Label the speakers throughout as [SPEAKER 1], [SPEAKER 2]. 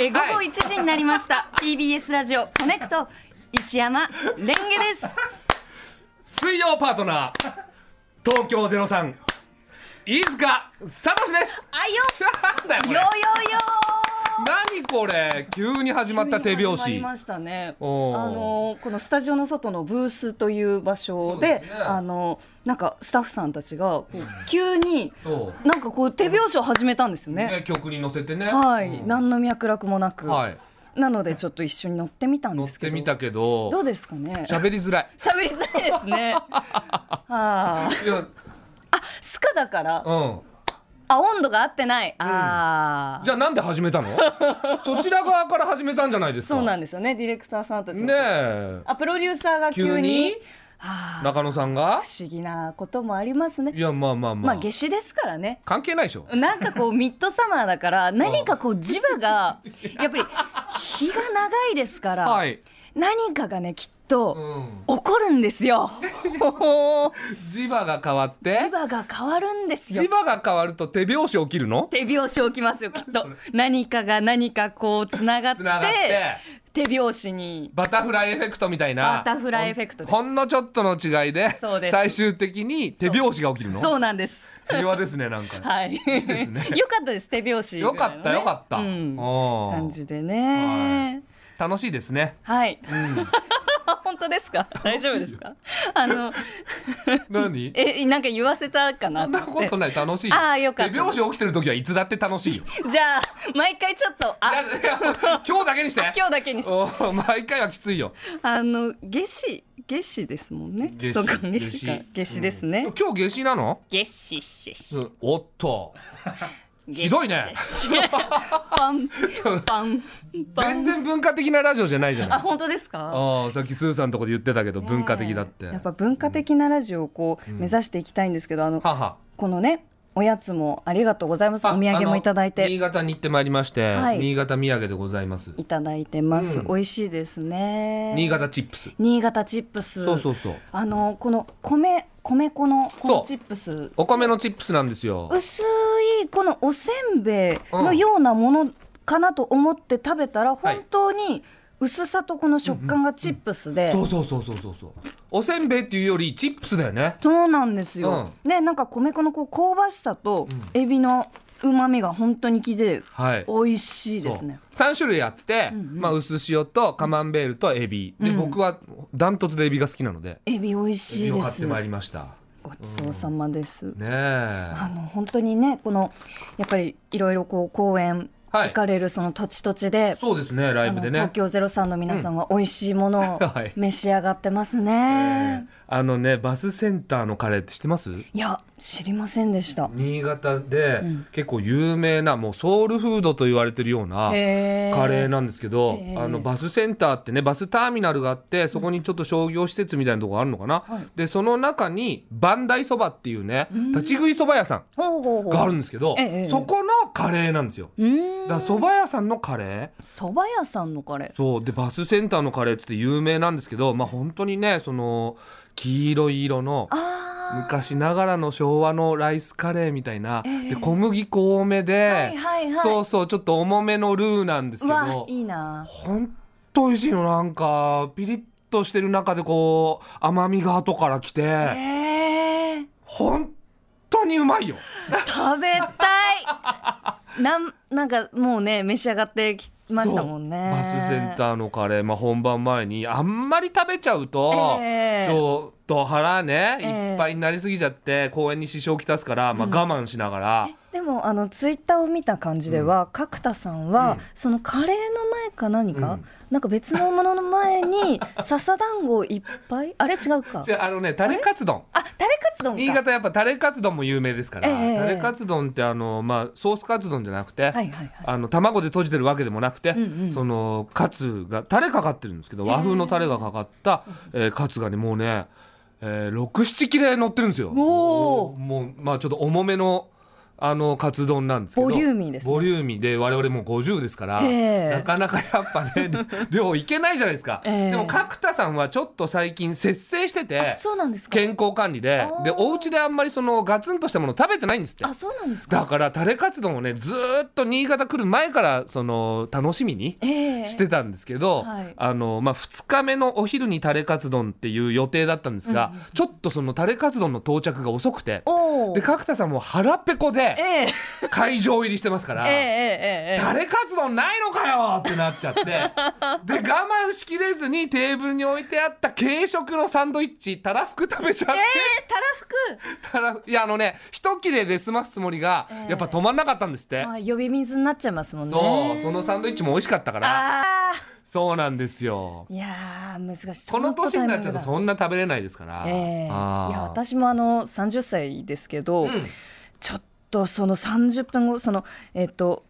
[SPEAKER 1] え午後1時になりました、TBS ラジオコネクト石山レンゲです
[SPEAKER 2] 水曜パートナー東京ゼロ三飯塚聡です。
[SPEAKER 1] あよ
[SPEAKER 2] なんだよ
[SPEAKER 1] よ
[SPEAKER 2] これ
[SPEAKER 1] よよ。
[SPEAKER 2] 何これ急に始まった手拍
[SPEAKER 1] 始まり
[SPEAKER 2] 子。
[SPEAKER 1] ましたね。あ
[SPEAKER 2] おー
[SPEAKER 1] のこのスタジオの外のブースという場所
[SPEAKER 2] そう
[SPEAKER 1] で、
[SPEAKER 2] ですね
[SPEAKER 1] あのなんかスタッフさんたちがこう急に
[SPEAKER 2] そ
[SPEAKER 1] なんかこう手拍子を始めたんですよ
[SPEAKER 2] う
[SPEAKER 1] ね。
[SPEAKER 2] ね曲に乗せてね。
[SPEAKER 1] はい、
[SPEAKER 2] うん
[SPEAKER 1] 何の脈絡もなく、
[SPEAKER 2] はい
[SPEAKER 1] なのでちょっと一緒に乗ってみたん
[SPEAKER 2] 乗
[SPEAKER 1] で
[SPEAKER 2] っ
[SPEAKER 1] すけ
[SPEAKER 2] て
[SPEAKER 1] ど。
[SPEAKER 2] みたけど
[SPEAKER 1] どうですかね。
[SPEAKER 2] 喋りづらい。
[SPEAKER 1] 喋りづらいです ね。ああ、
[SPEAKER 2] いや
[SPEAKER 1] スカだから。
[SPEAKER 2] うん。
[SPEAKER 1] あ、温度が合ってない。ああ。
[SPEAKER 2] じゃあなんで始め たの？そちら側から始めたんじゃないですか。
[SPEAKER 1] そうなんですよね、ディレクターさんたちも。
[SPEAKER 2] ねえ
[SPEAKER 1] あ、プロデューサーが急
[SPEAKER 2] 急
[SPEAKER 1] に
[SPEAKER 2] に。
[SPEAKER 1] はあ、
[SPEAKER 2] 中野さんが
[SPEAKER 1] 不思議なこともありますね
[SPEAKER 2] い。やまあまあま
[SPEAKER 1] ま
[SPEAKER 2] あ
[SPEAKER 1] あ、夏至ですからね。
[SPEAKER 2] 関係ないでしょ。
[SPEAKER 1] なんか こうミッドサマーだから何かこう磁場がやっぱり日が長いですから、
[SPEAKER 2] はい。
[SPEAKER 1] 何かがねきっ
[SPEAKER 2] う
[SPEAKER 1] と
[SPEAKER 2] ん。
[SPEAKER 1] 起こるんです よ
[SPEAKER 2] 磁場が変わって。
[SPEAKER 1] 磁場が変わるんですよ
[SPEAKER 2] 磁場が変わると手拍子起きるの
[SPEAKER 1] 手拍子起きますよきっと何かが何かこうつながって
[SPEAKER 2] つながって
[SPEAKER 1] 手拍子に
[SPEAKER 2] バタフライエフェクトみたいな
[SPEAKER 1] バタフライエフェクトです
[SPEAKER 2] ほんほんのちょっとの違いで
[SPEAKER 1] そうです
[SPEAKER 2] 最終的に手拍子が起きるの
[SPEAKER 1] そうなんです
[SPEAKER 2] 平和ですねなんか
[SPEAKER 1] はい
[SPEAKER 2] ですね
[SPEAKER 1] よかったです手拍子
[SPEAKER 2] よかったよかった、
[SPEAKER 1] う
[SPEAKER 2] うんん、
[SPEAKER 1] 感じでね
[SPEAKER 2] 楽しいですね
[SPEAKER 1] はい、 本当ですか大丈夫ですかあの
[SPEAKER 2] 何
[SPEAKER 1] えなんか言わせたかな
[SPEAKER 2] そんな
[SPEAKER 1] と思
[SPEAKER 2] こ
[SPEAKER 1] って
[SPEAKER 2] とない楽しいよ
[SPEAKER 1] あーよかった
[SPEAKER 2] 手拍子起きてる時はいつだって楽しいよ
[SPEAKER 1] じゃあ毎回ちょっと
[SPEAKER 2] い
[SPEAKER 1] あ
[SPEAKER 2] やいや今日だけにして
[SPEAKER 1] 今日だけにし
[SPEAKER 2] おー毎回はきついよ
[SPEAKER 1] あの夏至夏至ですもんね
[SPEAKER 2] 夏至
[SPEAKER 1] そうか夏至か夏至ですね、
[SPEAKER 2] うん今日夏至なの
[SPEAKER 1] 夏至しし
[SPEAKER 2] うんおっとひどいね
[SPEAKER 1] パンパンパ
[SPEAKER 2] 全
[SPEAKER 1] ン
[SPEAKER 2] 然文化的なラジオじゃないじゃない
[SPEAKER 1] あ本当ですか
[SPEAKER 2] ああさっきスーさんのとこで言ってたけど文化的だって、
[SPEAKER 1] やっぱ文化的なラジオをこう目指していきたいんですけどあの
[SPEAKER 2] 母
[SPEAKER 1] このねおやつもありがとうございますお土産もいただい
[SPEAKER 2] あの新
[SPEAKER 1] て
[SPEAKER 2] 潟に行ってまいりまして、
[SPEAKER 1] はい
[SPEAKER 2] 新潟土産でございます
[SPEAKER 1] いただいてます
[SPEAKER 2] うん
[SPEAKER 1] 美味しいですね
[SPEAKER 2] 新潟チップス
[SPEAKER 1] 新潟チップス
[SPEAKER 2] そうそうそう
[SPEAKER 1] あのこの米米粉のこ
[SPEAKER 2] そ
[SPEAKER 1] の
[SPEAKER 2] う
[SPEAKER 1] チップス
[SPEAKER 2] お米のチップスなんですよ
[SPEAKER 1] 薄いこのおせんべいのようなものかなと思って食べたら
[SPEAKER 2] はい
[SPEAKER 1] 本当に薄さとこの食感がチップスで
[SPEAKER 2] そうそうそうそうそうそうおせんべいっていうよりチップスだよね
[SPEAKER 1] そうなんですよ、ねなんか米粉のこう香ばしさとエビの旨味が本当に効いて
[SPEAKER 2] はい
[SPEAKER 1] 美味しいですね、
[SPEAKER 2] 3種類あって、まあ、薄塩とカマンベールとエビで、僕はダントツでエビが好きなので
[SPEAKER 1] エビ美味
[SPEAKER 2] エ
[SPEAKER 1] しい
[SPEAKER 2] ビを
[SPEAKER 1] で
[SPEAKER 2] 買って
[SPEAKER 1] す
[SPEAKER 2] まいりました
[SPEAKER 1] ごちそうさまです、
[SPEAKER 2] ねえ
[SPEAKER 1] あの本当にねこのやっぱりいろいろこう公園
[SPEAKER 2] はい
[SPEAKER 1] 行かれるその土地土地で、
[SPEAKER 2] そうですねライ
[SPEAKER 1] あの
[SPEAKER 2] ブでね
[SPEAKER 1] 東京ゼロさんの皆さんは美味しいものを
[SPEAKER 2] はい
[SPEAKER 1] 召し上がってます
[SPEAKER 2] え
[SPEAKER 1] ね
[SPEAKER 2] ー。あのねバスセンターのカレーって知ってます
[SPEAKER 1] いや知りませんでした。
[SPEAKER 2] 新潟で結構有名なもうソウルフードと言われてるような
[SPEAKER 1] へー
[SPEAKER 2] カレーなんですけど、
[SPEAKER 1] へー
[SPEAKER 2] あのバスセンターってねバスターミナルがあってそこにちょっと商業施設みたいなとこがあるのかな、
[SPEAKER 1] はい
[SPEAKER 2] でその中にバンダイそばっていうね立ち食いそば屋さ
[SPEAKER 1] ほうほうほ
[SPEAKER 2] ん
[SPEAKER 1] う。
[SPEAKER 2] があるんですけど、
[SPEAKER 1] ええええ
[SPEAKER 2] そこのカレーなんですよ。
[SPEAKER 1] うーん。
[SPEAKER 2] だからそば屋さんのカレー
[SPEAKER 1] 蕎麦屋さんのカレー。
[SPEAKER 2] そうでバスセンターのカレーっつって有名なんですけどまあ本当にねその黄色い色の
[SPEAKER 1] あ
[SPEAKER 2] 昔ながらの昭和のライスカレーみたいな、
[SPEAKER 1] ええ
[SPEAKER 2] で小麦粉多めで、
[SPEAKER 1] はいはいはい
[SPEAKER 2] そうそうちょっと重めのルーなんです
[SPEAKER 1] あ。う
[SPEAKER 2] け
[SPEAKER 1] わ
[SPEAKER 2] ど
[SPEAKER 1] いいな。
[SPEAKER 2] ほんと美味しいのなんかピリッとしてる中でこう甘みが後から来て、
[SPEAKER 1] ええー、
[SPEAKER 2] ほんとにうまいよ
[SPEAKER 1] 食べた い。なんなんかもうね召し上がってきましたもんね。
[SPEAKER 2] バスセンターのカレー、まあ、本番前にあんまり食べちゃうと、
[SPEAKER 1] ええ
[SPEAKER 2] ちょっと腹ね、
[SPEAKER 1] ええ
[SPEAKER 2] いっぱいになりすぎちゃって公園に支障きたすから、まあ、我慢しながら。
[SPEAKER 1] でもあのツイッターを見た感じでは、角田さんは、
[SPEAKER 2] うん
[SPEAKER 1] そのカレーの前か何か、
[SPEAKER 2] うん
[SPEAKER 1] なんか別のものの前に笹団子いっぱいあれ違うか
[SPEAKER 2] じゃああのねタレカツ丼
[SPEAKER 1] あタレカツ丼か
[SPEAKER 2] 新潟やっぱタレカツ丼も有名ですから、
[SPEAKER 1] ええ
[SPEAKER 2] タレカツ丼ってあの、まあ、ソースカツ丼じゃなくて、
[SPEAKER 1] はいはいはい
[SPEAKER 2] あの卵で閉じてるわけでもなくて、
[SPEAKER 1] んうん
[SPEAKER 2] そのカツがタレかかってるんですけど和風のタレがかかった、えーカツがねもうね、えー、67切れ乗ってるんですよ
[SPEAKER 1] おー
[SPEAKER 2] もうまあちょっと重めのあのカツ丼なんですけど
[SPEAKER 1] ボリューミーですね
[SPEAKER 2] ボリューミーで我々もう50ですから、
[SPEAKER 1] ええ
[SPEAKER 2] なかなかやっぱね 量いけないじゃないですか、
[SPEAKER 1] ええ
[SPEAKER 2] でも角田さんはちょっと最近節制してて
[SPEAKER 1] そうなんですか
[SPEAKER 2] 健康管理で
[SPEAKER 1] あー
[SPEAKER 2] でお家であんまりそのガツンとしたもの食べてないんですって
[SPEAKER 1] あそうなんです
[SPEAKER 2] だ
[SPEAKER 1] か
[SPEAKER 2] からタレカツ丼をねずーっと新潟来る前からその楽しみに
[SPEAKER 1] ええ
[SPEAKER 2] してたんですけど、
[SPEAKER 1] はい
[SPEAKER 2] あのまあ、2日目のお昼にタレカツ丼っていう予定だったんですが、ちょっとそのタレカツ丼の到着が遅くて
[SPEAKER 1] おお
[SPEAKER 2] で角田さんも腹ペコ
[SPEAKER 1] え
[SPEAKER 2] で
[SPEAKER 1] え
[SPEAKER 2] 会場入りしてますから
[SPEAKER 1] ええええええ
[SPEAKER 2] タレカツ丼ないのかよってなっ ちゃってで我慢しきれずにテーブルに置いてあった軽食のサンドイッチたらふく食べちゃって。
[SPEAKER 1] えたらふく
[SPEAKER 2] たらいやあのね一切れで済ますつもりが、
[SPEAKER 1] ええ
[SPEAKER 2] やっぱ止まんなかったんですって
[SPEAKER 1] まあ呼び水になっちゃいますもんね
[SPEAKER 2] そうそのサンドイッチも美味しかったから
[SPEAKER 1] あ
[SPEAKER 2] そうなんですよ
[SPEAKER 1] ーいやー難しい
[SPEAKER 2] この年になっちゃうと
[SPEAKER 1] ん
[SPEAKER 2] そんな食べれないですから、
[SPEAKER 1] ええ
[SPEAKER 2] あ
[SPEAKER 1] い
[SPEAKER 2] ー
[SPEAKER 1] や私もあの30歳ですけど、
[SPEAKER 2] うん
[SPEAKER 1] ちょっとその30分後そのえっ、と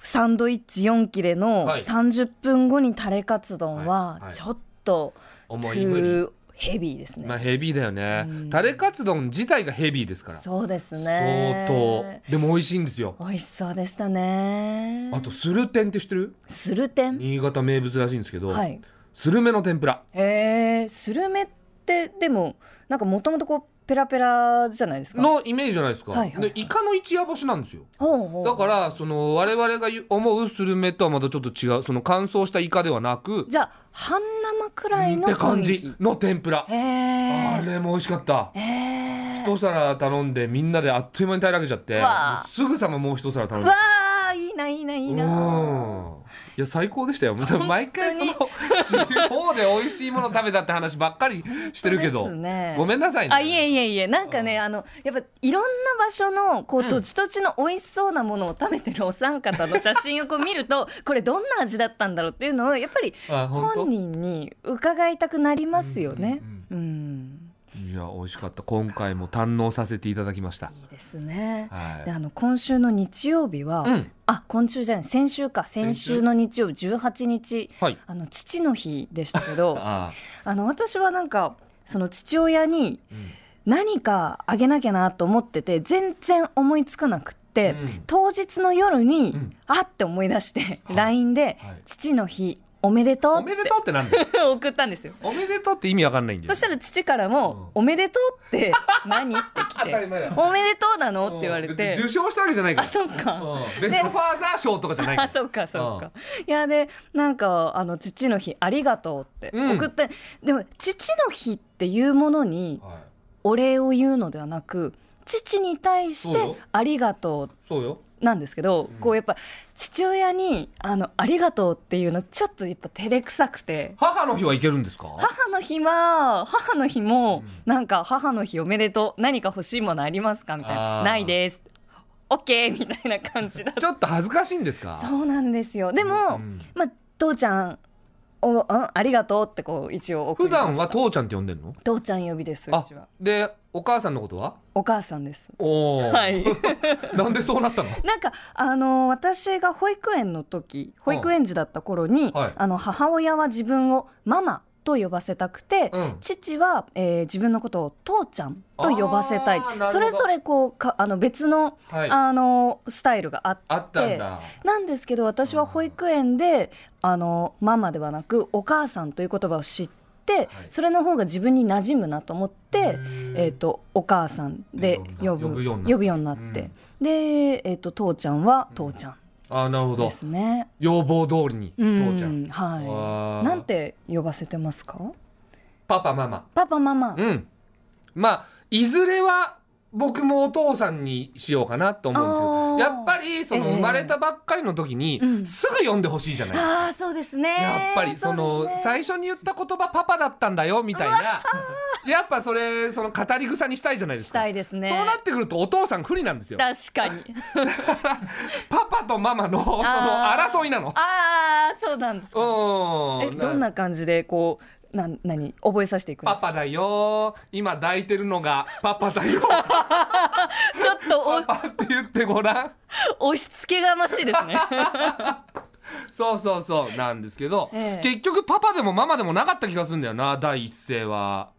[SPEAKER 1] サンドイッチ4切れの
[SPEAKER 2] はい
[SPEAKER 1] 30分後にタレカツ丼
[SPEAKER 2] はい
[SPEAKER 1] は
[SPEAKER 2] はい
[SPEAKER 1] ちょっと
[SPEAKER 2] 重い無理
[SPEAKER 1] too ヘビーですね、
[SPEAKER 2] まあヘビーだよね、
[SPEAKER 1] うん
[SPEAKER 2] タレカツ丼自体がヘビーですから
[SPEAKER 1] そうです
[SPEAKER 2] 相
[SPEAKER 1] ね
[SPEAKER 2] 当でも美味しいんですよ
[SPEAKER 1] 美味しそうでしたね
[SPEAKER 2] あとスルテンって知ってる
[SPEAKER 1] スルテン
[SPEAKER 2] 新潟名物らしいんですけど、
[SPEAKER 1] はい
[SPEAKER 2] スルメの天ぷら
[SPEAKER 1] へえスルメってでもなんかもともとこうペラペラじゃないですか
[SPEAKER 2] のイメージじゃないですか、
[SPEAKER 1] はいはいはい
[SPEAKER 2] でイカの一夜干しなんですよ
[SPEAKER 1] ほうほう
[SPEAKER 2] だからその我々が思うスルメとはまたちょっと違うその乾燥したイカではなく
[SPEAKER 1] じゃあ半生くらい
[SPEAKER 2] っ
[SPEAKER 1] の
[SPEAKER 2] て感
[SPEAKER 1] 雰囲
[SPEAKER 2] じ
[SPEAKER 1] 気
[SPEAKER 2] の天ぷら
[SPEAKER 1] へえ
[SPEAKER 2] あれも美味しかった
[SPEAKER 1] ええ
[SPEAKER 2] 一皿頼んでみんなであっという間に平らげちゃって
[SPEAKER 1] うわ
[SPEAKER 2] もうすぐさまもう一皿頼ん
[SPEAKER 1] う
[SPEAKER 2] で
[SPEAKER 1] わあいいないいないいな
[SPEAKER 2] うんいや最高でしたよ毎回その地方で美味しいもの食べたって話ばっかりしてるけど
[SPEAKER 1] そうですね
[SPEAKER 2] ごめんなさいね
[SPEAKER 1] あいえいえいえなんかねあのやっぱいろんな場所のこ
[SPEAKER 2] うん
[SPEAKER 1] う土地土地の美味しそうなものを食べてるお三方の写真をこう見る とこれどんな味だったんだろうっていうのをやっぱり
[SPEAKER 2] あ本当
[SPEAKER 1] 本人に伺いたくなりますよねうん
[SPEAKER 2] いや美味しかった今回も堪能させていただきました
[SPEAKER 1] いいですねで
[SPEAKER 2] は
[SPEAKER 1] あの今週の日曜日は、
[SPEAKER 2] いうん
[SPEAKER 1] あ今週じゃない先週か先週の日曜日18日
[SPEAKER 2] はい
[SPEAKER 1] あの父の日でしたけ ど
[SPEAKER 2] あ
[SPEAKER 1] あの私はなんかその父親に
[SPEAKER 2] ーうん
[SPEAKER 1] 何かあげなきゃなと思ってて全然思いつかなくって、
[SPEAKER 2] うん
[SPEAKER 1] 当日の夜に、
[SPEAKER 2] うん
[SPEAKER 1] あって思い出して、
[SPEAKER 2] はい
[SPEAKER 1] LINE で、
[SPEAKER 2] はい
[SPEAKER 1] 父の日おめでとう
[SPEAKER 2] お
[SPEAKER 1] っ
[SPEAKER 2] めでとうってな んだよ
[SPEAKER 1] て送ったんですよ。
[SPEAKER 2] おめでとうって意味わかんないんだよ
[SPEAKER 1] そしたら父からも「おめでとうって何?」って来
[SPEAKER 2] 当たり
[SPEAKER 1] て
[SPEAKER 2] 前だよ
[SPEAKER 1] 「おめでとうなの?」って言われ
[SPEAKER 2] うん別
[SPEAKER 1] て
[SPEAKER 2] に受賞したわけじゃな
[SPEAKER 1] 「
[SPEAKER 2] いか
[SPEAKER 1] あ
[SPEAKER 2] ら
[SPEAKER 1] そっか」
[SPEAKER 2] うんベストファーザー賞とかじゃないか
[SPEAKER 1] あ
[SPEAKER 2] ら
[SPEAKER 1] そうかそうかいやでなんかあの父の日ありがとうって
[SPEAKER 2] うん
[SPEAKER 1] 送って、でも父の日っていうものに
[SPEAKER 2] はい
[SPEAKER 1] お礼を言うのではなく父に対し
[SPEAKER 2] そうよ
[SPEAKER 1] てありがと
[SPEAKER 2] そうよ
[SPEAKER 1] うなんですけど、
[SPEAKER 2] うん
[SPEAKER 1] こうやっぱ父親にあのありがとうっていうのちょっとやっぱ照れくさくて
[SPEAKER 2] 母の日はいけるんですか
[SPEAKER 1] 母の日は母の日もなんか母の日おめでとう何か欲しいものありますかみたい
[SPEAKER 2] あー
[SPEAKER 1] なないですオッケーみたいな感 じだ
[SPEAKER 2] ちょっと恥ずかしいんですか
[SPEAKER 1] そうなんですよでも、
[SPEAKER 2] うん
[SPEAKER 1] まあ、父ちゃんおあありがとうってこう一応送
[SPEAKER 2] 普
[SPEAKER 1] りました
[SPEAKER 2] 段は父ちゃんって呼んでるの
[SPEAKER 1] 父ちゃん呼びですう
[SPEAKER 2] あ
[SPEAKER 1] ちは
[SPEAKER 2] でお母さんのことは
[SPEAKER 1] お母さんです
[SPEAKER 2] おお、
[SPEAKER 1] はい
[SPEAKER 2] なんでそうなったの
[SPEAKER 1] なんかあの私が保育園の時保育園児だった頃に、
[SPEAKER 2] はい
[SPEAKER 1] あの母親は自分をママと呼ばせたくて、
[SPEAKER 2] うん
[SPEAKER 1] 父は、えー自分のことを父ちゃんと呼ばせたい
[SPEAKER 2] あーなるほど
[SPEAKER 1] それぞれこうかあの別の,、
[SPEAKER 2] はい
[SPEAKER 1] あのスタイルがあって
[SPEAKER 2] あったんだ
[SPEAKER 1] なんですけど私は保育園であのママではなくお母さんという言葉を知って、それの方が自分に馴染むなと思って、えー、とお母さんで呼ぶ
[SPEAKER 2] 呼ぶようになった
[SPEAKER 1] ようになって、で、えー、と父ちゃんは父ちゃん
[SPEAKER 2] あなるほど
[SPEAKER 1] ですね。
[SPEAKER 2] 要望通りに
[SPEAKER 1] うん、
[SPEAKER 2] 父ちゃん
[SPEAKER 1] は
[SPEAKER 2] あー
[SPEAKER 1] い。なんて呼ばせてますか？
[SPEAKER 2] パパママ
[SPEAKER 1] パパママ。
[SPEAKER 2] うんまあいずれは僕もお父さんにしようかなと思うんです
[SPEAKER 1] あ
[SPEAKER 2] よ
[SPEAKER 1] ー
[SPEAKER 2] やっぱりその
[SPEAKER 1] ええ
[SPEAKER 2] 生まれたばっかりの時に
[SPEAKER 1] うん
[SPEAKER 2] すぐ呼んでほしいじゃないですか
[SPEAKER 1] ああそうですね。
[SPEAKER 2] やっぱりその
[SPEAKER 1] うですね
[SPEAKER 2] 最初に言った言葉パパだったんだよみたいなやっぱそれその語り草にしたいじゃないです
[SPEAKER 1] し
[SPEAKER 2] か
[SPEAKER 1] たいですね。
[SPEAKER 2] そうなってくるとお父さん不利なんですよ
[SPEAKER 1] 確か に。
[SPEAKER 2] パパとママのその争いなの
[SPEAKER 1] ああそうなんですか。え
[SPEAKER 2] うん
[SPEAKER 1] どんな感じでこうなん何覚えさせていくんで
[SPEAKER 2] パ
[SPEAKER 1] すか
[SPEAKER 2] パだよ今抱いてるのがパパだよ
[SPEAKER 1] ちょっ と
[SPEAKER 2] パパって言ってごらん
[SPEAKER 1] お押し付けがましいですね
[SPEAKER 2] そうそうそうなんですけど、
[SPEAKER 1] ええ
[SPEAKER 2] 結局パパでもママでもなかった気がするんだよな第一声は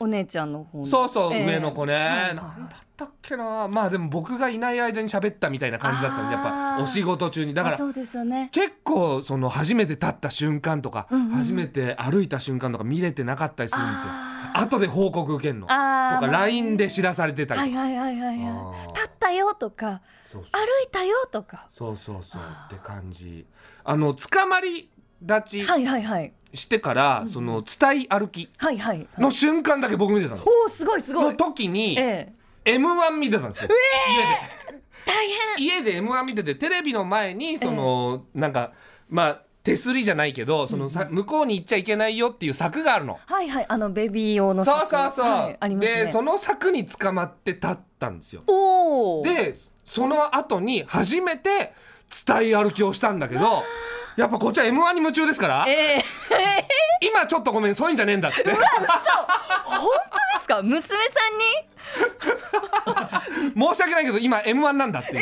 [SPEAKER 1] お姉ちゃんの方の
[SPEAKER 2] そうそう、
[SPEAKER 1] ええ
[SPEAKER 2] 上の子ね、
[SPEAKER 1] はい
[SPEAKER 2] なんだったっけなまあでも僕がいない間に喋ったみたいな感じだったんでやっ
[SPEAKER 1] あ
[SPEAKER 2] ぱ
[SPEAKER 1] ー
[SPEAKER 2] お仕事中にだか
[SPEAKER 1] あ
[SPEAKER 2] ら
[SPEAKER 1] そうですよね
[SPEAKER 2] 結構その初めて立った瞬間とか、
[SPEAKER 1] うんうん
[SPEAKER 2] 初めて歩いた瞬間とか見れてなかったりするんですよ
[SPEAKER 1] あ
[SPEAKER 2] 後で報告受けんのと
[SPEAKER 1] あー
[SPEAKER 2] か
[SPEAKER 1] まあ
[SPEAKER 2] LINE で知らされてたり
[SPEAKER 1] は
[SPEAKER 2] と
[SPEAKER 1] い
[SPEAKER 2] か
[SPEAKER 1] はいはいはいは
[SPEAKER 2] あー
[SPEAKER 1] い立ったよとか
[SPEAKER 2] そうそう
[SPEAKER 1] 歩いたよとか
[SPEAKER 2] そうそうそうって感じあの捕まり立
[SPEAKER 1] はいはいはい
[SPEAKER 2] ちしてから、その伝い歩き
[SPEAKER 1] はいはいはい
[SPEAKER 2] の瞬間だけ僕見てたの、
[SPEAKER 1] おおすごいすご
[SPEAKER 2] の
[SPEAKER 1] い
[SPEAKER 2] 時に、
[SPEAKER 1] ええ
[SPEAKER 2] m 1見てたんですよ、
[SPEAKER 1] 大変
[SPEAKER 2] 家で m 1見ててテレビの前にその、なんかまあ手すりじゃないけどそのさ、向こうに行っちゃいけないよっていう柵があるの。
[SPEAKER 1] はいはいあのベビー用
[SPEAKER 2] そう
[SPEAKER 1] の
[SPEAKER 2] そうそう、
[SPEAKER 1] はいありますね
[SPEAKER 2] でその柵に捕まって立ったんですよ
[SPEAKER 1] おお
[SPEAKER 2] でその後に初めて伝い歩きをしたんだけどやっぱこっちは m 1に夢中ですから
[SPEAKER 1] ええ
[SPEAKER 2] 今ちょっとごめんそういうんじゃねえんだって
[SPEAKER 1] 本当ですか娘さんに
[SPEAKER 2] 申し訳ないけど今 m 1なんだって、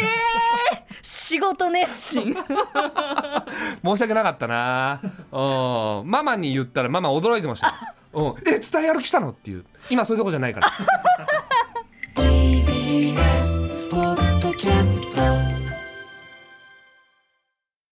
[SPEAKER 1] 仕事熱心
[SPEAKER 2] 申し訳なかったなうんママに言ったらママ驚いてましたよ、うん、え伝い歩きしたのっていう今そういうとこじゃないから